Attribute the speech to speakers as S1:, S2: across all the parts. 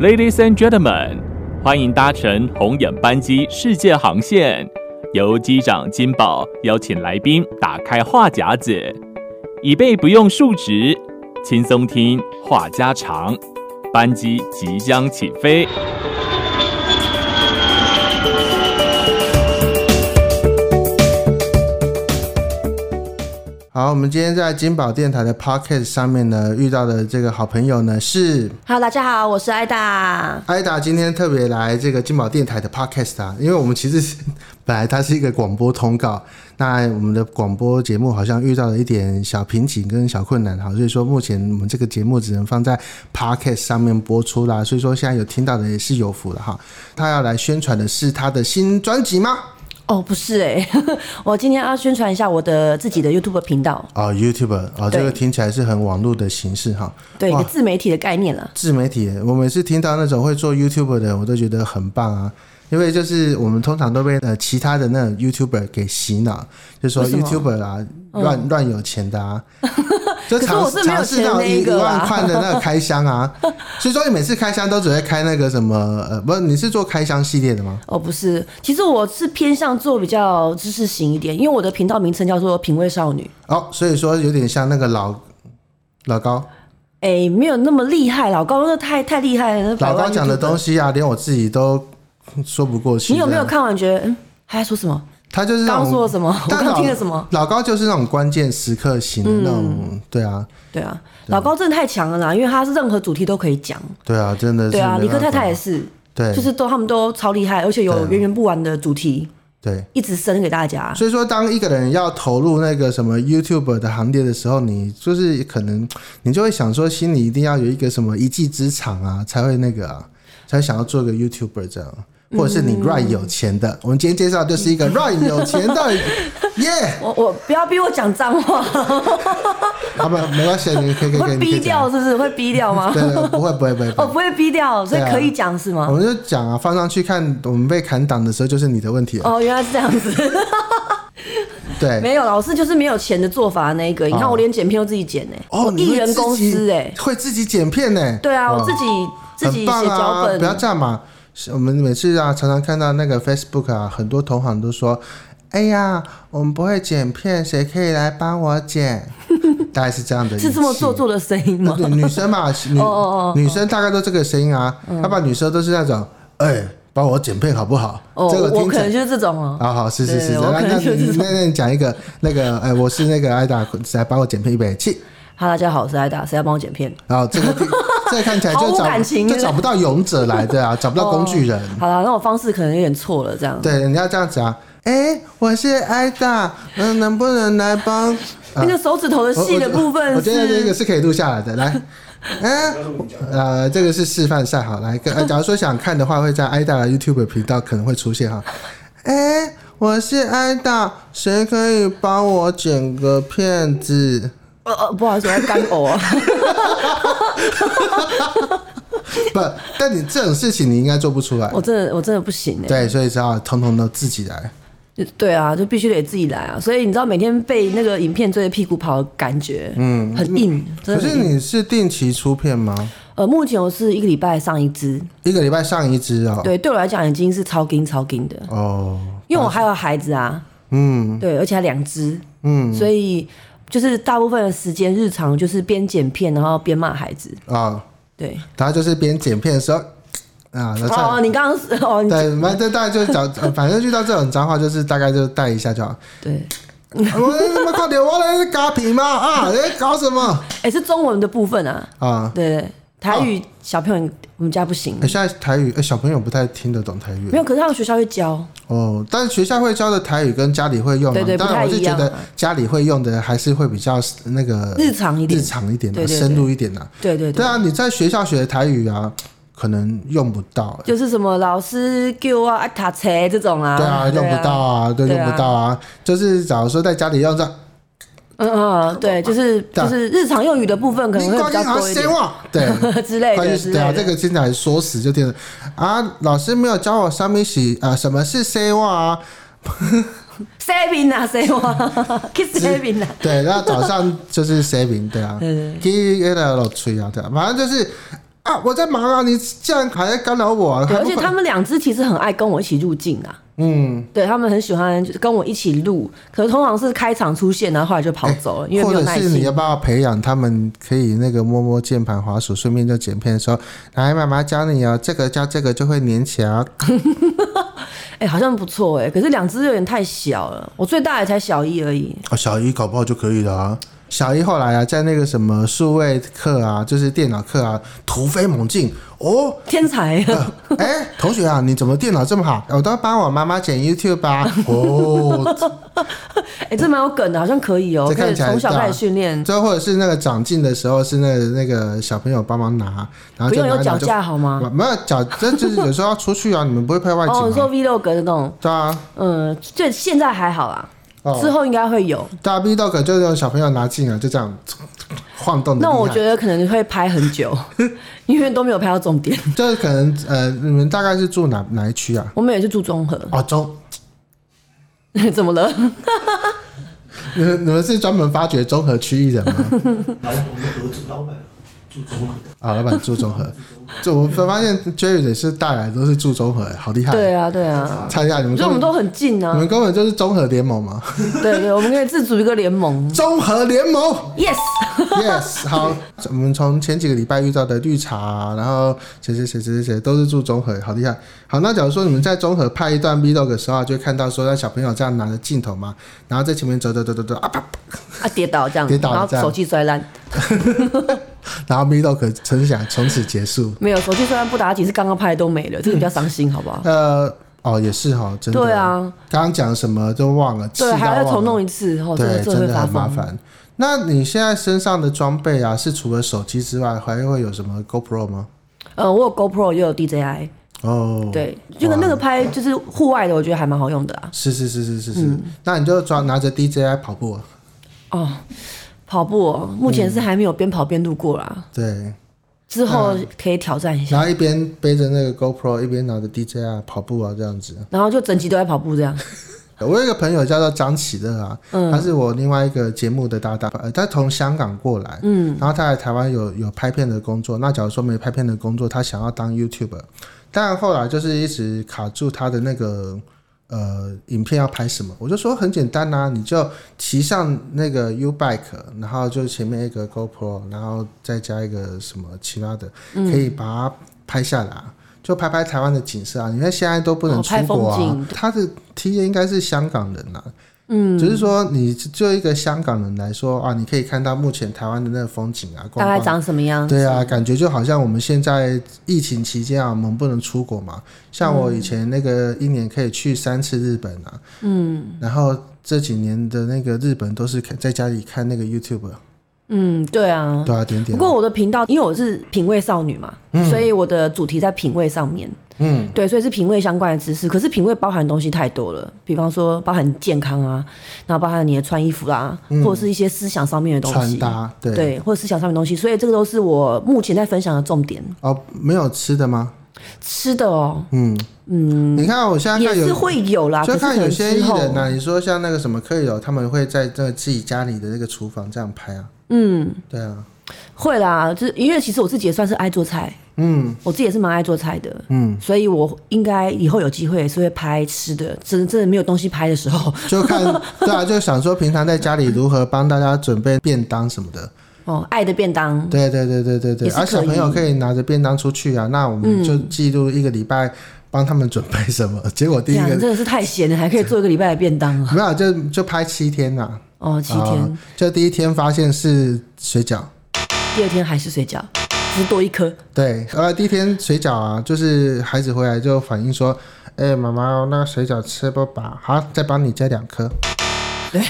S1: Ladies and gentlemen，欢迎搭乘红眼班机世界航线，由机长金宝邀请来宾打开话匣子，以备不用数值，轻松听话家常。班机即将起飞。
S2: 好，我们今天在金宝电台的 Podcast 上面呢，遇到的这个好朋友呢是
S3: Hello，大家好，我是艾达。
S2: 艾达，今天特别来这个金宝电台的 Podcast 啊，因为我们其实是本来它是一个广播通告，那我们的广播节目好像遇到了一点小瓶颈跟小困难，好，所以说目前我们这个节目只能放在 Podcast 上面播出啦，所以说现在有听到的也是有福了哈。他要来宣传的是他的新专辑吗？
S3: 哦，不是哎、 我今天要宣传一下我的自己的 YouTube 频道，
S2: 哦，YouTuber 哦，这个
S3: 对
S2: 听起来是很网络的形式哈。
S3: 对，一
S2: 哇
S3: 个自媒体的概念啊了。
S2: 自媒体，我每次听到那种会做 YouTuber 的，我都觉得很棒啊。因为就是我们通常都被呃其他的那种 YouTuber 给洗脑，就说
S3: 为什么嗯
S2: YouTuber 啊乱乱有钱的 啊，就
S3: 可是
S2: 尝
S3: 我是没有
S2: 尝试
S3: 钱的
S2: 到
S3: 那
S2: 一
S3: 一
S2: 一
S3: 个
S2: 万
S3: 啊
S2: 块的那个开箱 啊，所以说你每次开箱都只会开那个什么呃，不，你是做开箱系列的吗？
S3: 哦，不是，其实我是偏向做比较知识型一点，因为我的频道名称叫做“品味少女
S2: 哦，所以说有点像那个老老高”，
S3: 哎，没有那么厉害，老高那太太厉害了，那百
S2: 老
S3: 万
S2: 高讲的
S3: YouTuber
S2: 东西啊，连我自己都说不过去。
S3: 你有没
S2: 这
S3: 有
S2: 样？
S3: 看完觉得嗯，他在说什么？
S2: 他就是 那
S3: 刚
S2: 种
S3: 说了什么？ 我
S2: 但
S3: 刚
S2: 老
S3: 听了什么？？嗯
S2: 老高就是那种关键时刻型的那种，对啊，
S3: 对啊，老高真的太强了啦，因为他是任何主题都可以讲。
S2: 对啊，真的是
S3: 对啊，
S2: 没
S3: 理科
S2: 办
S3: 太
S2: 法
S3: 太也是，
S2: 对，
S3: 就是都他们都超厉害，而且有源源不完的主题，
S2: 对。
S3: 一直生给大家。
S2: 所以说，当一个人要投入那个什么 YouTube 的行列的时候，你就是可能你就会想说，心里一定要有一个什么一技之长啊，才会那个啊，才会想要做个 YouTuber 这样，或者是
S3: 嗯
S2: 你乱有钱的。我们今天介绍就是一 个乱有钱的，耶！
S3: 我我不要逼我讲脏话，
S2: 好吧，没关系，你可以可以可以
S3: 会
S2: 你可
S3: 逼
S2: 以讲
S3: 掉。是不是？会逼掉吗？
S2: 对，对不会不会不会。不
S3: 哦，
S2: 会
S3: 不会逼掉，所以
S2: 对啊
S3: 可以讲是
S2: 我
S3: 吗？
S2: 们就讲啊，放上去看，我们被砍档的时候就是你的问题了。
S3: 哦，原来是这样子，
S2: 对，
S3: 没有，老师就是没有钱的做法那一个。你看
S2: 哦
S3: 我连剪片都自己剪呢，
S2: 哦，
S3: 我
S2: 你
S3: 艺
S2: 会
S3: 人公
S2: 自己
S3: 司哎，
S2: 会自己剪片呢、
S3: 对啊，
S2: 哦
S3: 我自己自己
S2: 很棒
S3: 写脚
S2: 啊，
S3: 本
S2: 不，要这样嘛。是我们每次啊，常常看到那个 Facebook 啊，很多同行都说：“哎呀，我们不会剪片，谁可以来帮我剪？” 大概是这样的语气，
S3: 是这么做作的声音吗？哦
S2: 对，女生 嘛，女女生大概都这个声音啊，
S3: 嗯
S2: 要不然女生都是那种，哎、帮我剪片好不好？
S3: 哦，
S2: 这个
S3: 我
S2: 听
S3: 可
S2: 起来
S3: 能就是这种哦。
S2: 啊，好，是是是，
S3: 对
S2: 那
S3: 我可
S2: 那
S3: 能就是
S2: 你
S3: 这种
S2: 那那你讲一个那个，哎，我是那个艾达，来帮我剪片一杯气，
S3: 哈，大家好，我是艾达，谁来帮我剪片？
S2: 然后这个这个看起来
S3: 毫
S2: 就
S3: 无
S2: 找
S3: 感情哦
S2: 就
S3: 对
S2: 找不到勇者来的啊，找不到工具人，
S3: 好啦，那我方式可能有点错了，这样。
S2: 对，你要这样子啊，哎，我是艾达，嗯，能不能来帮？呃
S3: 那个手指头的
S2: 我
S3: 细的
S2: 啊我
S3: 部分
S2: 我觉得这个
S3: 是
S2: 是可以录下来的，来。嗯，呃，这个是示范赛，好，来，呃，假如说想看的话，会在艾达的 YouTube 频道可能会出现哈。哎、我是艾达，谁可以帮我剪个片子？
S3: 呃呃，不好意思，我要干呕啊。
S2: 不，但你这种事情你应该做不出来
S3: 我，真的我真的不行哎、
S2: 对，所以只好通通都自己来。
S3: 就对啊，就必须得自己来啊。所以你知道每天被那个影片追着屁股跑，的感觉嗯很硬，真
S2: 可
S3: 的很
S2: 是
S3: 硬。
S2: 你是定期出片吗？
S3: 呃，目前我是一个礼拜上一支，
S2: 一个礼拜上一支哦。
S3: 对，对我来讲已经是超紧超紧的，
S2: 哦，
S3: 因为我还有孩子啊，
S2: 嗯
S3: 对，而且还两只，
S2: 嗯
S3: 所以就是大部分的时间日常就是边剪片，然后边骂孩子，
S2: 啊，
S3: 对。
S2: 然后就是边剪片的时候啊，然后这样
S3: 哦，你刚刚是哦，你
S2: 对，反正大概就讲，呃反正遇到这种脏话，就是大概就带一下就好。
S3: 对，
S2: 我他妈快点，我来是嘎皮吗？啊，在搞什么
S3: 哎，是中文的部分啊，
S2: 啊？
S3: 对对，台
S2: 哦
S3: 语小朋友我们家不行
S2: 欸、，现在台语、欸，小朋友不太听得懂台语
S3: 没有，可是他们学校会教，
S2: 哦。但是学校会教的台语跟家里会用、啊，
S3: 对对
S2: 当
S3: 不
S2: 然
S3: 太
S2: 我是
S3: 一
S2: 觉
S3: 样啊
S2: 得家里会用的还是会比较那个
S3: 日常一点
S2: 日常一点、啊，
S3: 对对对
S2: 深入一点啊。
S3: 对对
S2: 对啊，你在学校学的台语啊，可能用不到、欸
S3: 就是什么老师给我啊塔车这种啊，
S2: 对啊，用不到，啊，对，
S3: 对
S2: 用
S3: 啊
S2: 不到啊。就是假如说在家里用这样，
S3: 嗯嗯，对，就是
S2: 对啊
S3: 就是日常用语的部分可
S2: 你
S3: 能会
S2: 光
S3: 比较
S2: 阴好
S3: 多一
S2: 谁忘？对，
S3: 点 之类
S2: 关
S3: 的
S2: 键
S3: 之
S2: 是对啊，
S3: 类
S2: 这
S3: 的。
S2: 个经常说死就变成啊，老师没有教我上面洗啊，什么是 say 啊？
S3: saving 啊，saving kiss saving 啊，
S2: 对，那早上就是 saving，对啊，给那个老吹啊，对啊，反正就是啊，我在忙啊，你竟然还在干扰我、啊，
S3: 对，
S2: 还
S3: 而
S2: 不
S3: 且他们两只其实很爱跟我一起入境啊，
S2: 嗯，
S3: 对他们很喜欢就是跟我一起录，可是通常是开场出现，然后后来就跑走了，因为
S2: 哦或
S3: 没有
S2: 者
S3: 耐
S2: 是你要
S3: 心。
S2: 不要培养他们可以那个摸摸键盘、滑鼠，顺便就剪片的时候，来妈妈教你哦，这个加这个就会粘起来哦。
S3: 哎、好像不错哎、可是两只有点太小了，我最大也才小一而已。
S2: 哦，小一搞不好就可以了啊。小一后来啊，在那个什么数位课啊，就是电脑课啊，突飞猛进哦。
S3: 天才，
S2: 呃哎、同学啊，你怎么电脑这么好？我都帮我妈妈剪 YouTube 啊吧、哦，
S3: 哎、这蛮有梗的，好像可以哦、
S2: 这
S3: 可
S2: 看
S3: 以
S2: 起来
S3: 从小
S2: 对啊
S3: 开始训练，
S2: 最后或者是那个长进的时候，是那个那个小朋友帮忙拿，然后
S3: 不
S2: 就
S3: 用有
S2: 拿一拿
S3: 脚
S2: 就
S3: 架好吗？
S2: 没有脚，这就是有时候要出去啊，你们不会拍外景
S3: 哦，你
S2: 吗？
S3: 说 Vlog 的那种，
S2: 对啊，
S3: 嗯，这现在还好啦，
S2: 哦，
S3: 之后应该会有。
S2: 对啊 B Dog 就是有小朋友拿进啊，就这样晃动的。
S3: 那我觉得可能会拍很久， 因为都没有拍到重点。
S2: 就是可能呃，你们大概是住哪哪一区啊？
S3: 我们也是住中和，
S2: 哦，中，
S3: 怎么了？
S2: 你们你们是专门发掘综合区域的吗？
S4: 老我们合租老板住中和，
S2: 啊、老板住综合，就我发现 Jerry 也是带来都是住综合，好厉害！
S3: 对啊，对啊，
S2: 猜一下你们
S3: 所
S2: 根
S3: 以我
S2: 本，
S3: 们都很近
S2: 你
S3: 啊。
S2: 们根本就是综合联盟嘛？
S3: 对对，我们可以自组一个联盟。
S2: 综合联盟
S3: Yes，
S2: ，yes，好，我们从前几个礼拜遇到的绿茶，然后谁谁谁谁谁谁都是住综合，好厉害！好，那假如说你们在综合拍一段 vlog 的时候啊，就会看到说那小朋友这样拿着镜头嘛，然后在前面走走走走走啊啪，
S3: 啊，跌倒这 样，
S2: 跌倒
S3: 然后
S2: 这样
S3: 手机摔烂，
S2: 然后 vlog 成想从此结束。
S3: 没有手机摔烂不打紧，是刚刚拍的都没了，这个比较伤心，好不好？
S2: 呃，哦，也是哈，真的。
S3: 对啊，
S2: 刚刚讲什么都忘了，气
S3: 对，
S2: 到
S3: 还要再重
S2: 忘了
S3: 弄一次，哦，这
S2: 对，
S3: 个
S2: 真
S3: 会
S2: 的
S3: 发
S2: 很麻
S3: 疯。
S2: 烦。那你现在身上的装备啊，是除了手机之外，还会有什么 GoPro 吗？
S3: 呃，我有 GoPro，也有 DJI，
S2: 哦，，
S3: 对，这个那个拍就是户外的，我觉得还蛮好用的啊。
S2: 是是是是是是。那你就抓拿着 DJI 跑步啊，
S3: 哦，跑步、
S2: 嗯
S3: 哦、目前是还没有边跑边路过啦，
S2: 对，
S3: 之后
S2: 嗯
S3: 可以挑战一下。
S2: 然后一边背着那个 GoPro，一边拿着 DJI 跑步啊，这样子。
S3: 然后就整集都在跑步这样，
S2: 我有一个朋友叫做张启乐啊，他是我另外一个节目的搭档，呃他从香港过来，嗯，然后他来台湾有有拍片的工作，那假如说没拍片的工作，他想要当 YouTuber，但后来就是一直卡住他的那个呃影片要拍什么，我就说很简单呐、你就骑上那个 U bike，然后就前面一个 GoPro，然后再加一个什么其他的，
S3: 嗯
S2: 可以把它拍下来啊。就拍拍台湾的景色啊！你看现在都不能
S3: 哦
S2: 出
S3: 拍
S2: 国
S3: 风
S2: 啊
S3: 景，
S2: 他的 T A 应该是香港人啊，嗯，只是说你就一个香港人来说啊，你可以看到目前台湾的那个风景啊，
S3: 大
S2: 逛
S3: 概
S2: 逛。
S3: 长什么样？
S2: 对啊，感觉就好像我们现在疫情期间啊，我们不能出国嘛。像我以前那个一年可以去三次日本啊，嗯，然后这几年的那个日本都是看在家里看那个 YouTube，
S3: 嗯，对啊。
S2: 对啊，嗯点
S3: 不
S2: 点啊。
S3: 过我的频道，因为我是品味少女嘛，所以我的主题在品味上面。嗯，对，所以是品味相关的知识。可是品味包含的东西太多了，比方说包含健康啊，然后包含你的穿衣服啦、啊或者是一些思想上面的
S2: 嗯
S3: 东
S2: 穿
S3: 西，
S2: 搭对
S3: 对，或者思想上面的东西。所以这个都是我目前在分享的重点。
S2: 哦，没有吃的吗？嗯
S3: 吃的哦，
S2: 你看我现在
S3: 嗯也
S2: 看有
S3: 是会有啦，
S2: 就
S3: 可是
S2: 看
S3: 可
S2: 有
S3: 能
S2: 些艺
S3: 之后
S2: 人呢、啊你说像那个什么柯以柔，他们会在这个自己家里的那个厨房这样拍啊。嗯，对啊，
S3: 会啦，就是因为其实我自己也算是爱做菜，
S2: 嗯，
S3: 我自己也是蛮爱做菜的，嗯，所以我应该以后有机会也是会拍吃的，真真的没有东西拍的时候，
S2: 就看对啊，就想说平常在家里如何帮大家准备便当什么的。
S3: 哦，爱的便当，
S2: 对对对对对对，
S3: 也是
S2: 而、啊、小
S3: 可以嗯
S2: 朋友可以拿着便当出去啊，那我们就记录一个礼拜帮他们准备什么。 结果第
S3: 这
S2: 一
S3: 样
S2: 个
S3: 真的是太闲了，还可以做一个礼拜的便当啊，
S2: 没有，就就拍七天呐、啊，
S3: 哦，七天，
S2: 啊就第一天发现是水饺。
S3: 第二天还是水饺，只是多一颗，
S2: 对，呃，第一天水饺啊，就是孩子回来就反映说，哎、妈妈，那个水饺吃不饱，好，再帮你加两颗。
S3: 对，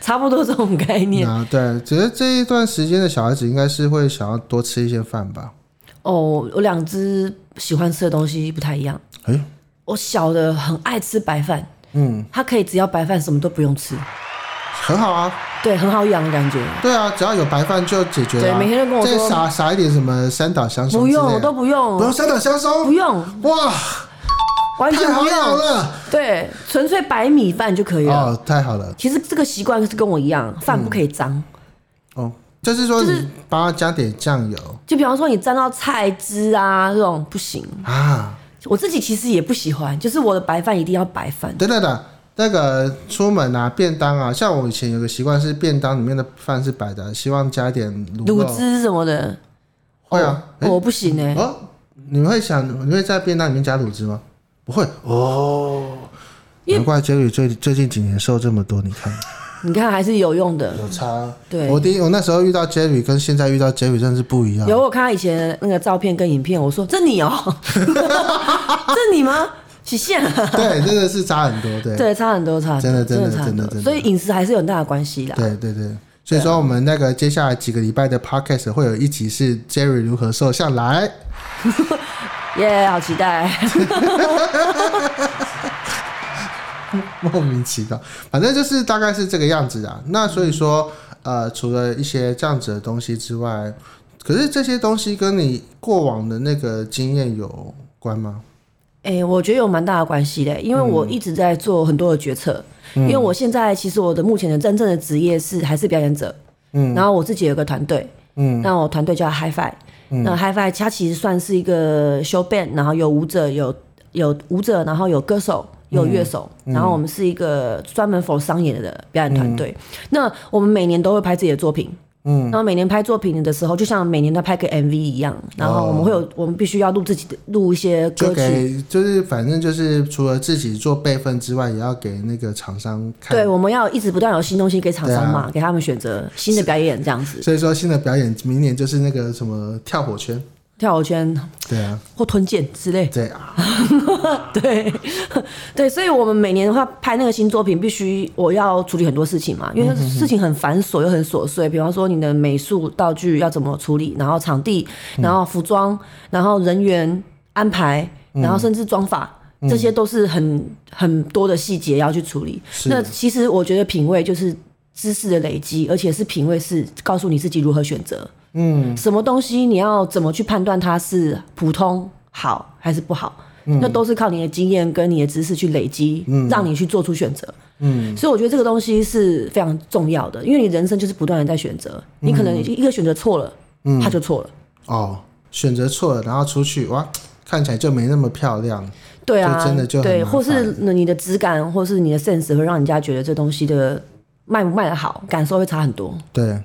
S3: 差不多这种概念，
S2: 啊，对，只是这一段时间的小孩子应该是会想要多吃一些饭吧？
S3: 哦，我两只喜欢吃的东西不太一样，
S2: 哎、
S3: 我小的很爱吃白饭，
S2: 嗯，
S3: 它可以只要白饭什么都不用吃，
S2: 很好啊，
S3: 对，很好养的感觉。
S2: 对啊，只要有白饭就解决了、啊
S3: 对每天都跟我
S2: 再
S3: 说
S2: 撒撒一点什么三岛香松
S3: 不
S2: 之类的，
S3: 用，我都不用，
S2: 不用三岛香
S3: 不
S2: 松，
S3: 用，
S2: 哇，
S3: 完
S2: 太
S3: 全
S2: 好
S3: 不
S2: 养
S3: 用，
S2: 了，哦
S3: 对，纯粹白米饭就可以了。
S2: 哦，太好了，
S3: 其实这个习惯是跟我一样，饭不可以脏。
S2: 哦，就是说
S3: 就是
S2: 你帮他加点酱油
S3: 就比方说你沾到菜汁啊这种不行，
S2: 啊。
S3: 我自己其实也不喜欢，就是我的白饭一定要白饭。
S2: 等等等，那个出门啊，便当啊，像我以前有个习惯是便当里面的饭是白的，希望加一点卤
S3: 卤
S2: 肉。
S3: 汁什么的，
S2: 会啊，
S3: 我不行哎、
S2: 哦，你会想你会在便当里面加卤汁吗？不会哦。
S3: 因为
S2: 难怪 Jerry 最最近几年瘦这么多，你看
S3: 你看还是有用的。啊
S2: 有差啊。
S3: 对
S2: 我第一我那时候遇到 Jerry 跟现在遇到 Jerry 真是不一样。
S3: 有我看他以前的那个照片跟影片，我说这你哦、 这你吗？许现、啊，
S2: 对，真的是差很多。对，
S3: 对，差很多，差很多
S2: 真的真的
S3: 差很
S2: 真
S3: 多
S2: 的真的
S3: 所以饮食还是有很大的关系啦。
S2: 对对对，所以说我们那个接下来几个礼拜的 podcast 会有一集是 Jerry 如何瘦下来。
S3: 耶好期待！
S2: 莫名其妙， 反正就是大概是这个样子啊。那所以说，呃，除了一些这样子的东西之外，可是这些东西跟你过往的那个经验有关吗？
S3: 哎、我觉得有蛮大的关系的，因为我一直在做很多的决策。因为我现在其实我的目前的真正的职业是还是表演者，嗯，然后我自己有个团队，嗯，那我团队叫 HiFi，、那 HiFi 它其实算是一个 show band，然后有舞者，有有舞者，然后有歌手。有乐手，然后我们是一个专门 for 商业的表演团队。那我们每年都会拍自己的作品，嗯嗯，然后每年拍作品的时候，就像每年都拍个 MV 一样，然后我们会有，我们必须要录自己的录一些歌
S2: 就
S3: 曲，
S2: 给就是反正就是除了自己做备份之外，也要给那个厂商看。
S3: 对，我们要一直不断有新东西给厂商嘛，给他们选择新的表演这样子。
S2: 所以说新的表演明年就是那个什么跳火圈，
S3: 跳舞圈
S2: 对啊，
S3: 或吞剑之类，
S2: 对啊，
S3: 对 对，所以我们每年的话拍那个新作品，必须我要处理很多事情嘛，因为事情很繁琐又很琐碎。比方说你的美术道具要怎么处理，然后场地，然后服装，然后人员安排，然后甚至妆法，这些都是很很多的细节要去处理。
S2: 是
S3: 那其实我觉得品味就是知识的累积，而且是品味是告诉你自己如何选择。嗯，什么东西你要怎么去判断它是普通好还是不好？
S2: 嗯
S3: 那都是靠你的经验跟你的知识去累积，让你去做出选择。嗯，所以我觉得这个东西是非常重要的，因为你人生就是不断的在选择，
S2: 嗯
S3: 你可能一个选择错了，它就错了。
S2: 哦，选择错了，然后出去哇，看起来就没那么漂亮。
S3: 对啊，
S2: 就真的就很
S3: 对，
S2: 麻烦
S3: 或是你的质感，或是你的 sense 会让人家觉得这东西的卖不卖得好，感受会差很多
S2: 对，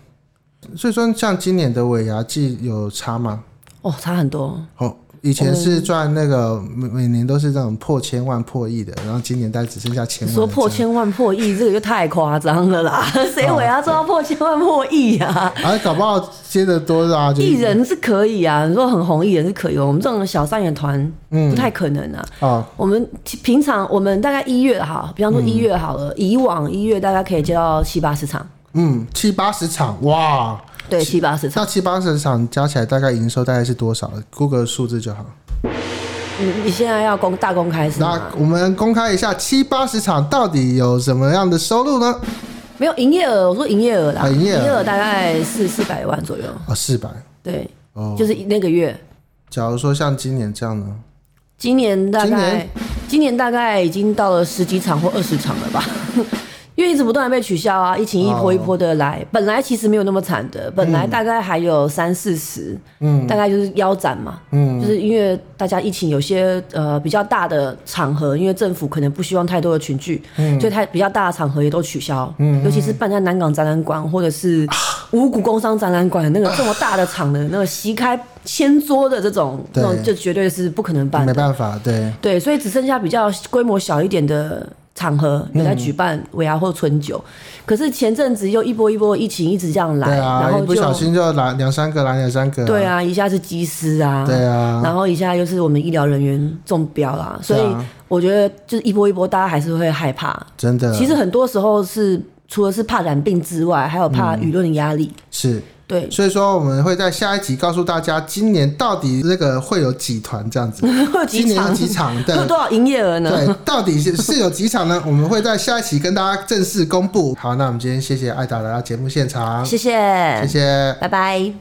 S2: 所以说像今年的尾牙季有差吗？
S3: 哦，差很多。
S2: 哦，以前是赚那个每每年都是这种破千万、破亿的，然后今年大概只剩下千万。
S3: 说破，千万破亿，这个就太夸张 了啦！谁尾牙做到破千万破亿啊？
S2: 哎、搞不好接的多啦、啊，就是
S3: 艺人是可以啊，你说很红艺人是可以哦，我们这种小三人团
S2: 嗯
S3: 不太可能啊。
S2: 哦，
S3: 我们其平常我们大概一月哈，比方说一月好了，以往一月大概可以接到七八十场，
S2: 嗯，七八十场哇，
S3: 对，七八十场。
S2: 那七八十场加起来大概营收大概是多少？估个数字就好。
S3: 你你现在要公大公开是吗
S2: 那？我们公开一下七八十场到底有什么样的收入呢？
S3: 没有营业额，我说营业额啦，
S2: 啊营业额
S3: 大概是四百万左右，
S2: 哦，四百。
S3: 对，
S2: 哦，
S3: 就是那个月。
S2: 假如说像今年这样呢？
S3: 今年大
S2: 今
S3: 概
S2: 年
S3: 今年大概已经到了十几场或二十场了吧。 因为一直不断的被取消啊，疫情一波一波的来，本来其实没有那么惨的，本来大概还有三四十，嗯，大概就是腰斩嘛，嗯，就是因为大家疫情有些呃比较大的场合，因为政府可能不希望太多的群聚，嗯，所以它比较大的场合也都取消，嗯，啊尤其是办在南港展览馆或者是五谷工商展览馆那个这么大的场的那个席开千桌的这种，那
S2: 对
S3: 种就绝对是不可能办
S2: 没
S3: 的，
S2: 办法，对，
S3: 对，所以只剩下比较规模小一点的场合
S2: 嗯
S3: 有在举办尾牙或春酒。可是前阵子又一波一波疫情一直这样来，
S2: 对啊，
S3: 然
S2: 一
S3: 后
S2: 不
S3: 就
S2: 小心就来两三个，来两三个、
S3: 对，啊，一下是机师啊，
S2: 对啊
S3: 然后一下又是我们医疗人员中标啦，所以
S2: 对啊
S3: 我觉得就是一波一波，大家还是会害怕。
S2: 真的。
S3: 其实很多时候是除了是怕染病之外，还有怕
S2: 嗯
S3: 舆论的压力。
S2: 是
S3: 对，
S2: 所以说，我们会在下一集告诉大家，今年到底那个会有几团这样子，
S3: 会有几
S2: 今年有
S3: 场
S2: 几 场，对
S3: 会有多少营业额呢？
S2: 对，到底是是有几场呢？我们会在下一期跟大家正式公布。好，那我们今天谢谢艾达来到节目现场，
S3: 谢谢，
S2: 谢谢
S3: 拜拜。